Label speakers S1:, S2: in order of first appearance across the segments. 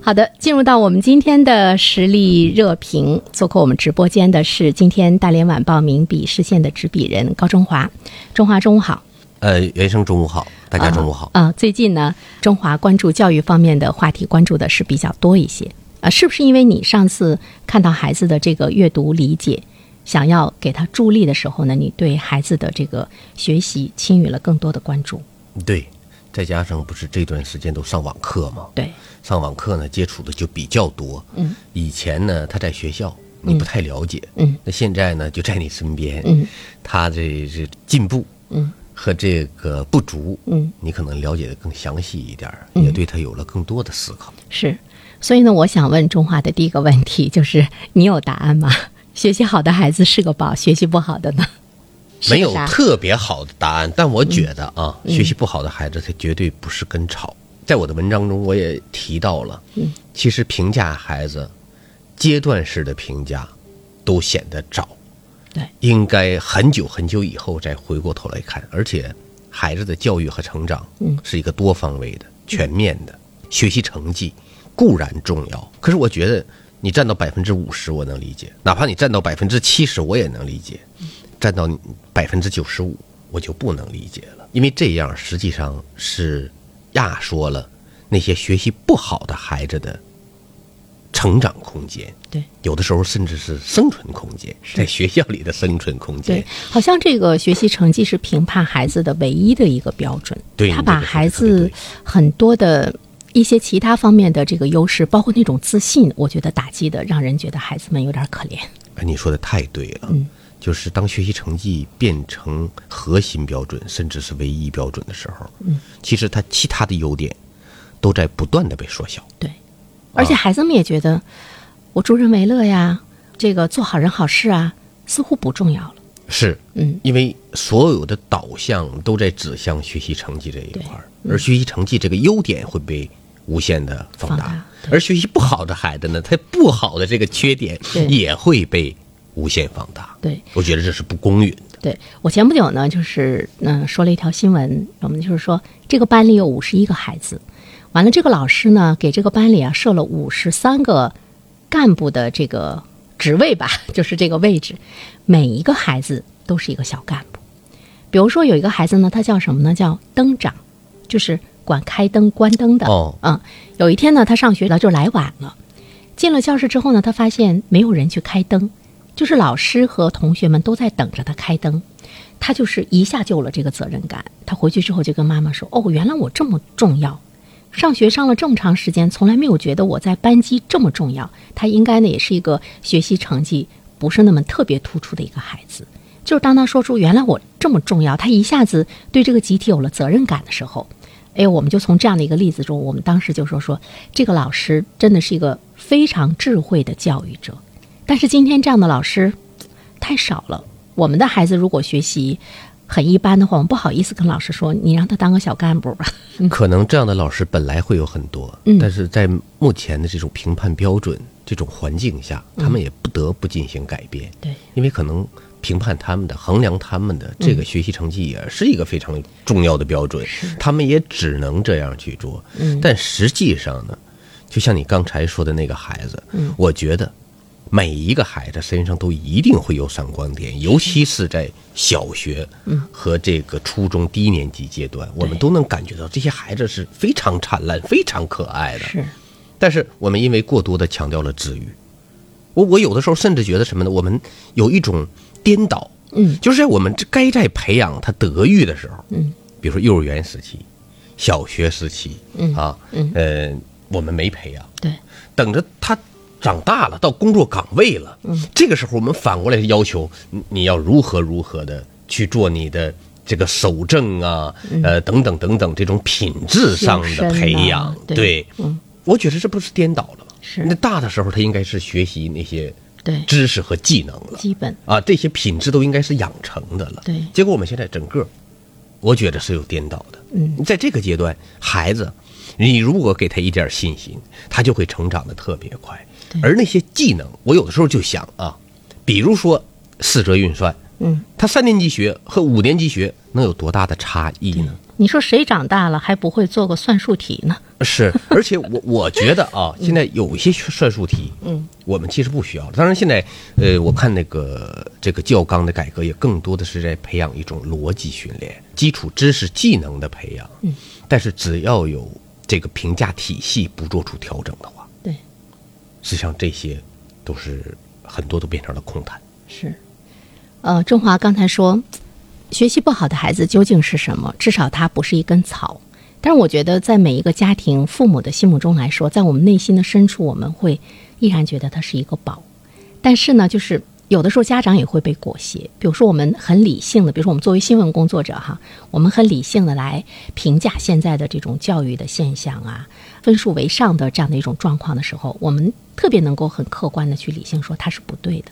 S1: 好的，进入到我们今天的实力热评。做客我们直播间的是今天大连晚报名笔视线的执笔人高中华。中华，中午好。
S2: 呃，袁医生，中午好，大家中午好。
S1: 啊、呃，最近呢，中华关注教育方面的话题，关注的是比较多一些。啊、呃，是不是因为你上次看到孩子的这个阅读理解，想要给他助力的时候呢，你对孩子的这个学习倾予了更多的关注？
S2: 对，再加上不是这段时间都上网课嘛，
S1: 对。
S2: 上网课呢，接触的就比较多。
S1: 嗯，
S2: 以前呢，他在学校你不太了解。
S1: 嗯，
S2: 那现在呢，就在你身边。
S1: 嗯，
S2: 他这是进步。
S1: 嗯，
S2: 和这个不足。
S1: 嗯，
S2: 你可能了解的更详细一点儿，
S1: 嗯
S2: 也对他有了更多的思考。
S1: 是。所以呢，我想问中华的第一个问题 就是：你有答案吗？ 学习好的孩子是个宝，学习不好的呢？是啊嗯
S2: 没有啊
S1: 啥
S2: 特别好的答案，但我觉得啊，学习不好的孩子他绝对不是根草。在我的文章中我也提到了，
S1: 嗯
S2: 其实评价孩子，阶段式的评价，都显得早，
S1: 对，
S2: 应该很久很久以后再回过头来看。而且，孩子的教育和成长，
S1: 嗯
S2: 是一个多方位的、全面的。学习成绩固然重要，可是我觉得你占到百分之五十，我能理解；哪怕你占到百分之七十，我也能理解。
S1: 嗯
S2: 占到百分之九十五，我就不能理解了，因为这样实际上是压缩了那些学习不好的孩子的成长空间。
S1: 对，
S2: 有的时候甚至是生存空间，在学校里的生存空间
S1: 对。，好像这个学习成绩是评判孩子的唯一的一个标准。
S2: 对
S1: 他
S2: 你
S1: 把
S2: 这个说得
S1: 孩
S2: 特别
S1: 子
S2: 对
S1: 很多的一些其他方面的这个优势，包括那种自信，我觉得打击的让人觉得孩子们有点可怜。
S2: 哎，你说的太对了，
S1: 嗯
S2: 就是当学习成绩变成核心标准，甚至是唯一标准的时候，嗯，其实他其他的优点都在不断的被缩小。
S1: 对，而且孩子们也觉得、我助人为乐呀，这个做好人好事啊，似乎不重要了。
S2: 是，
S1: 嗯，
S2: 因为所有的导向都在指向学习成绩这一块儿，而学习成绩这个优点会被无限的放
S1: 放大
S2: 大，而学习不好的孩子呢，他不好的这个缺点
S1: 对
S2: 也会被无限放大。
S1: 对，
S2: 我觉得这是不公允的。
S1: 对我前不久呢，就是嗯、说了一条新闻，我们就是说这个班里有五十一个孩子，完了这个老师呢给这个班里啊设了五十三个干部的这个职位吧， 就是这个位置，每一个孩子都是一个小干部。比如说有一个孩子呢，他叫什么呢？叫灯长，就是管开灯关灯的。
S2: 哦
S1: 嗯，有一天呢，他上学了就来晚了，进了教室之后呢，他发现没有人去开灯，就是老师和同学们都在等着他开灯。他就是一下就有了这个责任感。他回去之后就跟妈妈说：“哦，原来我这么重要，上学上了这么长时间，从来没有觉得我在班级这么重要。他应该呢也是一个学习成绩不是那么特别突出的一个孩子。就是当他说出“原来我这么重要”，他一下子对这个集体有了责任感的时候，哎，我们就从这样的一个例子中，我们当时就说说这个老师真的是一个非常智慧的教育者。但是今天这样的老师太少了。我们的孩子如果学习很一般的话，我们不好意思跟老师说，你让他当个小干部吧。
S2: 可能这样的老师本来会有很多，
S1: 嗯
S2: 但是在目前的这种评判标准、这种环境下，他们也不得不进行改变。
S1: 嗯对，嗯
S2: 因为可能评判他们的、衡量他们的这个学习成绩也是一个非常重要的标准，他们也只能这样去做。
S1: 嗯
S2: 但实际上呢，就像你刚才说的那个孩子，
S1: 嗯
S2: 我觉得每一个孩子身上都一定会有闪光点，尤其是在小学
S1: 嗯
S2: 和这个初中低年级阶段，我们都能感觉到这些孩子是非常灿烂、非常可爱的。
S1: 是，
S2: 但是我们因为过多的强调了治愈，我我有的时候甚至觉得什么呢？我们有一种颠倒，
S1: 嗯，
S2: 就是在我们这该在培养他德育的时候，
S1: 嗯，
S2: 比如说幼儿园时期、小学时期，嗯啊，嗯，呃，我们没培养，
S1: 对，
S2: 等着他长大了，到工作岗位了，嗯，这个时候我们反过来要求你你要如何如何的去做你的这个守正啊，
S3: 嗯
S2: 呃，等等等等这种品质上
S3: 修
S2: 的
S3: 身
S2: 培
S3: 呐
S2: 养，
S3: 对嗯
S2: 我觉得这不是颠倒了吗？
S3: 是
S2: 那大的时候他应该是学习那些
S3: 对
S2: 知识和技能了，
S3: 基本
S2: 啊，这些品质都应该是养成的了。
S3: 对
S2: 结果我们现在整个，我觉得是有颠倒的。嗯，在这个阶段，孩子，你如果给他一点信心，他就会成长的特别快。而那些技能，我有的时候就想啊，比如说四则运算，
S3: 嗯，
S2: 他三年级学和五年级学能有多大的差异呢？
S3: 你说谁长大了还不会做个算术题呢？
S2: 是，而且我我觉得啊，现在有一些算术题，嗯，我们其实不需要了。当然，现在呃，我看那个这个教纲的改革也更多的是在培养一种逻辑训练、基础知识技能的培养。嗯，但是只要有这个评价体系不做出调整的话，
S3: 对，
S2: 实际上这些都是很多都变成了空谈。
S3: 是，呃，中华刚才说，学习不好的孩子究竟是什么？至少他不是一根草。但是我觉得，在每一个家庭父母的心目中来说，在我们内心的深处，我们会依然觉得它是一个宝。但是呢，就是有的时候家长也会被裹挟。比如说，我们很理性的，比如说我们作为新闻工作者哈，我们很理性的来评价现在的这种教育的现象啊，分数为上的这样的一种状况的时候，我们特别能够很客观的去理性说它是不对的。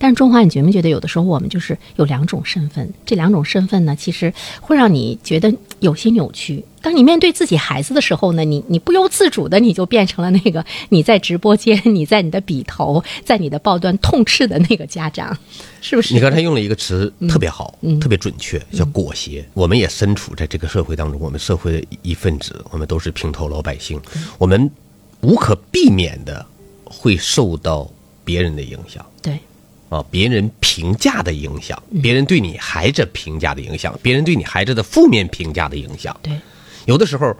S3: 但是中华，你觉没觉得有的时候我们就是有两种身份？这两种身份呢，其实会让你觉得有些扭曲。当你面对自己孩子的时候呢，你你不由自主的你就变成了那个你在直播间、你在你的笔头、在你的报端痛斥的那个家长，是不是？
S2: 你刚才用了一个词特别好，特别准确，叫裹挟。我们也身处在这个社会当中，我们社会的一份子，我们都是平头老百姓，我们无可避免的会受到别人的影响
S3: 对
S2: 啊，别人评价的影响，别人对你孩子评价的影响，别人对你孩子的负面评价的影响。
S3: 对
S2: 有的时候，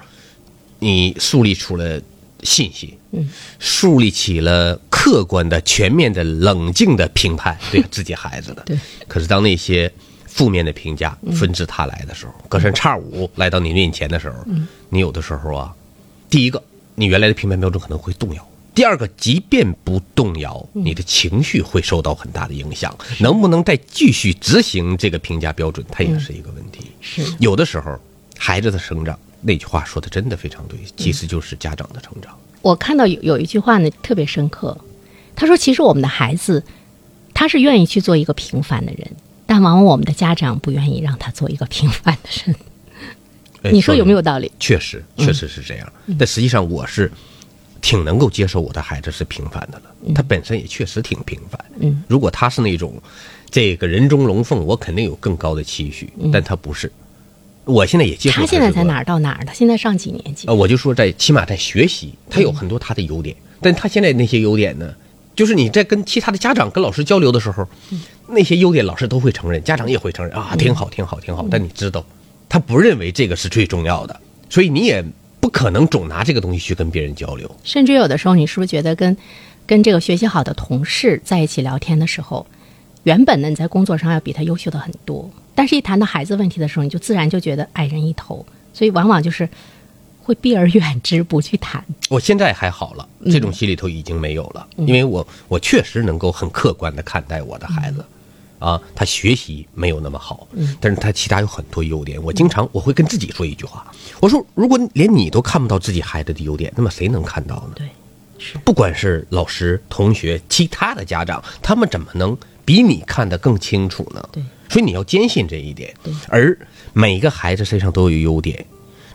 S2: 你树立出了信心，嗯，树立起了客观的、全面的、冷静的评判对自己孩子的。
S3: 对。
S2: 可是当那些负面的评价纷至沓来的时候，隔三差五来到你面前的时候，你有的时候啊，第一个，你原来的评判标准可能会动摇。第二个，即便不动摇，
S3: 嗯
S2: 你的情绪会受到很大的影响。能不能再继续执行这个评价标准，它也是一个问题。
S3: 是
S2: 有的时候，孩子的成长，那句话说的真的非常对，其实就是家长的成长。
S3: 我看到有有一句话呢特别深刻，他说：“其实我们的孩子，他是愿意去做一个平凡的人，但往往我们的家长不愿意让他做一个平凡的人。”
S2: 哎
S3: 你说有没有
S2: 得
S3: 道理？嗯
S2: 确实，确实是这样。但实际上，我是挺能够接受我的孩子是平凡的
S3: 嗯
S2: 了，他本身也确实挺平凡。嗯，如果他是那种这个人中龙凤，我肯定有更高的期许，但他不是。我现在也接
S3: 嗯
S2: 受
S3: 他现在
S2: 这个
S3: 才哪儿到哪儿了？现在上几年级？
S2: 呃，我就说在起码在学习，他有很多他的优点，但他现在那些优点呢，就是你在跟其他的家长跟老师交流的时候，那些优点老师都会承认，家长也会承认啊，挺好，挺好，挺好。但你知道，他不认为这个是最重要的，所以你也不可能总拿这个东西去跟别人交流。
S3: 甚至有的时候，你是不是觉得跟跟这个学习好的同事在一起聊天的时候，原本呢你在工作上要比他优秀的很多，但是一谈到孩子问题的时候，你就自然就觉得矮人一头，所以往往就是会避而远之，不去谈。
S2: 我现在还好了，
S3: 嗯
S2: 这种心里头已经没有了，因为我我确实能够很客观的看待我的孩子，
S3: 嗯
S2: 啊，他学习没有那么好，但是他其他有很多优点。我经常我会跟自己说一句话，我说如果连你都看不到自己孩子的优点，那么谁能看到呢？
S3: 对，
S2: 不管是老师、同学、其他的家长，他们怎么能比你看得更清楚呢？
S3: 对，
S2: 所以你要坚信这一点。而每个孩子身上都有优点，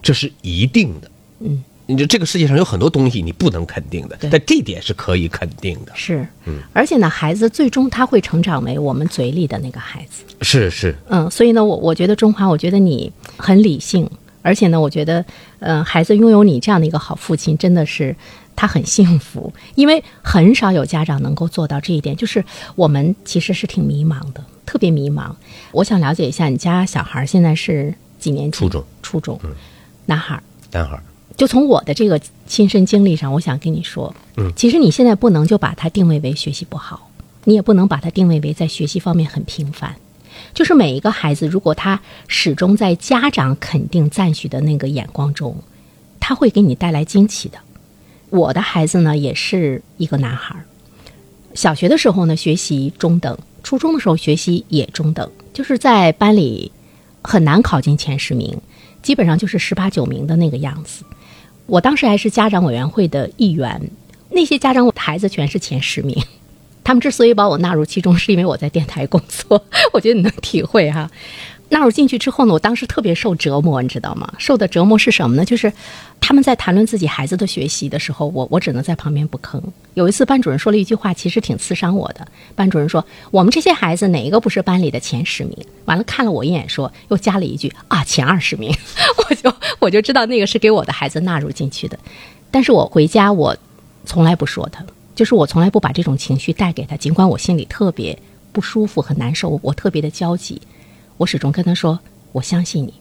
S2: 这是一定的。嗯，你这这个世界上有很多东西你不能肯定的，
S3: 对
S2: 但这点是可以肯定的。
S3: 是，而且呢，孩子最终他会成长为我们嘴里的那个孩子。
S2: 是是，
S3: 嗯，所以呢，我我觉得中华，我觉得你很理性，而且呢，我觉得，呃，孩子拥有你这样的一个好父亲，真的是他很幸福，因为很少有家长能够做到这一点。就是我们其实是挺迷茫的，特别迷茫。我想了解一下，你家小孩现在是几年级？
S2: 初中，嗯
S3: 初中，男孩儿。
S2: 男孩儿，
S3: 就从我的这个亲身经历上，我想跟你说，嗯，其实你现在不能就把它定位为学习不好，你也不能把它定位为在学习方面很平凡。就是每一个孩子，如果他始终在家长肯定赞许的那个眼光中，他会给你带来惊奇的。我的孩子呢也是一个男孩儿，小学的时候呢学习中等，初中的时候学习也中等，就是在班里很难考进前十名，基本上就是十八九名的那个样子。我当时还是家长委员会的一员，那些家长孩子全是前十名。他们之所以把我纳入其中，是因为我在电台工作， 我觉得你能体会哈、纳入进去之后呢，我当时特别受折磨，你知道吗？受的折磨是什么呢？就是他们在谈论自己孩子的学习的时候，我我只能在旁边不吭。有一次，班主任说了一句话，其实挺刺伤我的。班主任说：“我们这些孩子哪一个不是班里的前十名？”完了，看了我一眼说，又加了一句：“啊，前二十名。”我就 我就知道那个是给我的孩子纳入进去的。但是我回家我从来不说他，就是我从来不把这种情绪带给他，尽管我心里特别不舒服、很难受，我特别的焦急，我始终跟他说我相信你，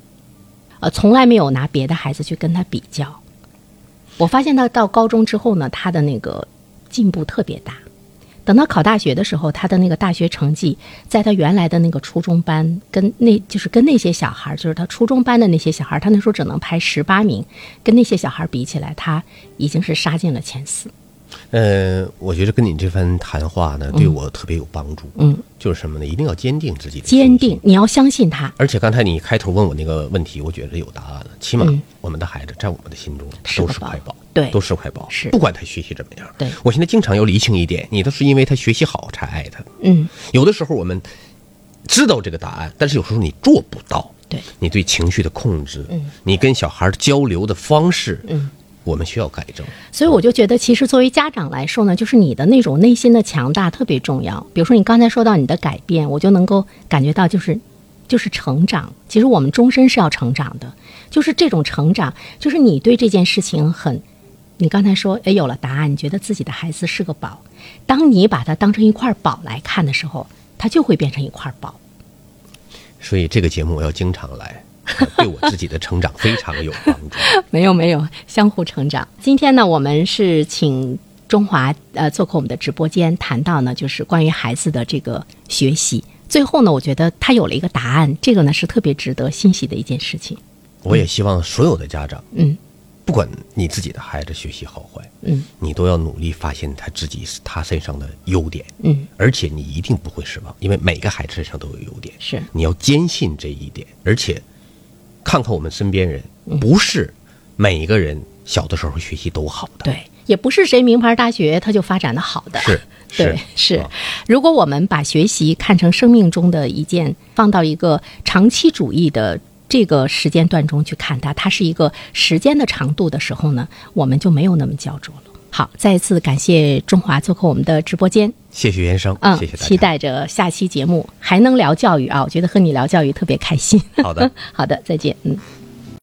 S3: 呃，从来没有拿别的孩子去跟他比较。我发现他到高中之后呢，他的那个进步特别大。等到考大学的时候，他的那个大学成绩，在他原来的那个初中班，跟那就是跟那些小孩儿，就是他初中班的那些小孩儿，他那时候只能排十八名，跟那些小孩儿比起来，他已经是杀进了前四。
S2: 呃，我觉得跟你这番谈话
S3: 嗯
S2: 呢，对我特别有帮助。嗯，就是什么呢？一定要坚定自己的
S3: 坚
S2: 信心
S3: 定，你要相信他，
S2: 而且刚才你开头问我那个问题，我觉得有答
S3: 嗯
S2: 案了。起码我们的孩子在我们的心中
S3: 是
S2: 都
S3: 个
S2: 是
S3: 宝
S2: 块宝，
S3: 对
S2: 都是块宝，
S3: 是
S2: 不管他学习怎么样。
S3: 对
S2: 我现在经常要厘清一点，你都是因为他学习好才爱他。
S3: 嗯，
S2: 有的时候我们知道这个答案，但是有时候你做不到。
S3: 对，
S2: 你对情绪的控制，嗯，你跟小孩交流的方式，嗯，我们需要改正。
S3: 所以我就觉得，其实作为家长来说呢，就是你的那种内心的强大特别重要。比如说你刚才说到你的改变，我就能够感觉到，就是就是成长。其实我们终身是要成长的，就是这种成长，就是你对这件事情很，你刚才说，哎，有了答案，你觉得自己的孩子是个宝。当你把它当成一块宝来看的时候，它就会变成一块宝。
S2: 所以这个节目我要经常来，呃对我自己的成长非常有帮助。
S3: 没有没有，相互成长。今天呢，我们是请中华呃做客我们的直播间，谈到呢就是关于孩子的这个学习。最后呢，我觉得他有了一个答案，这个呢是特别值得欣喜的一件事情。
S2: 我也希望所有的家长，
S3: 嗯，
S2: 不管你自己的孩子学习好坏，
S3: 嗯，
S2: 你都要努力发现他自己他身上的优点，
S3: 嗯，
S2: 而且你一定不会失望，因为每个孩子身上都有优点，
S3: 是
S2: 你要坚信这一点，而且看看我们身边人，
S3: 嗯
S2: 不是每一个人小的时候学习都好的，
S3: 对，也不是谁名牌大学他就发展的好的。
S2: 是啊
S3: 对，
S2: 是
S3: 是。如果我们把学习看成生命中的一件，放到一个长期主义的这个时间段中去看它，它是一个时间的长度的时候呢，我们就没有那么焦灼了。好，再一次感谢中华做客我们的直播间，
S2: 谢谢袁生，
S3: 嗯，
S2: 谢谢大家，
S3: 期待着下期节目还能聊教育啊，我觉得和你聊教育特别开心。
S2: 好的。
S3: 好的，再见，嗯。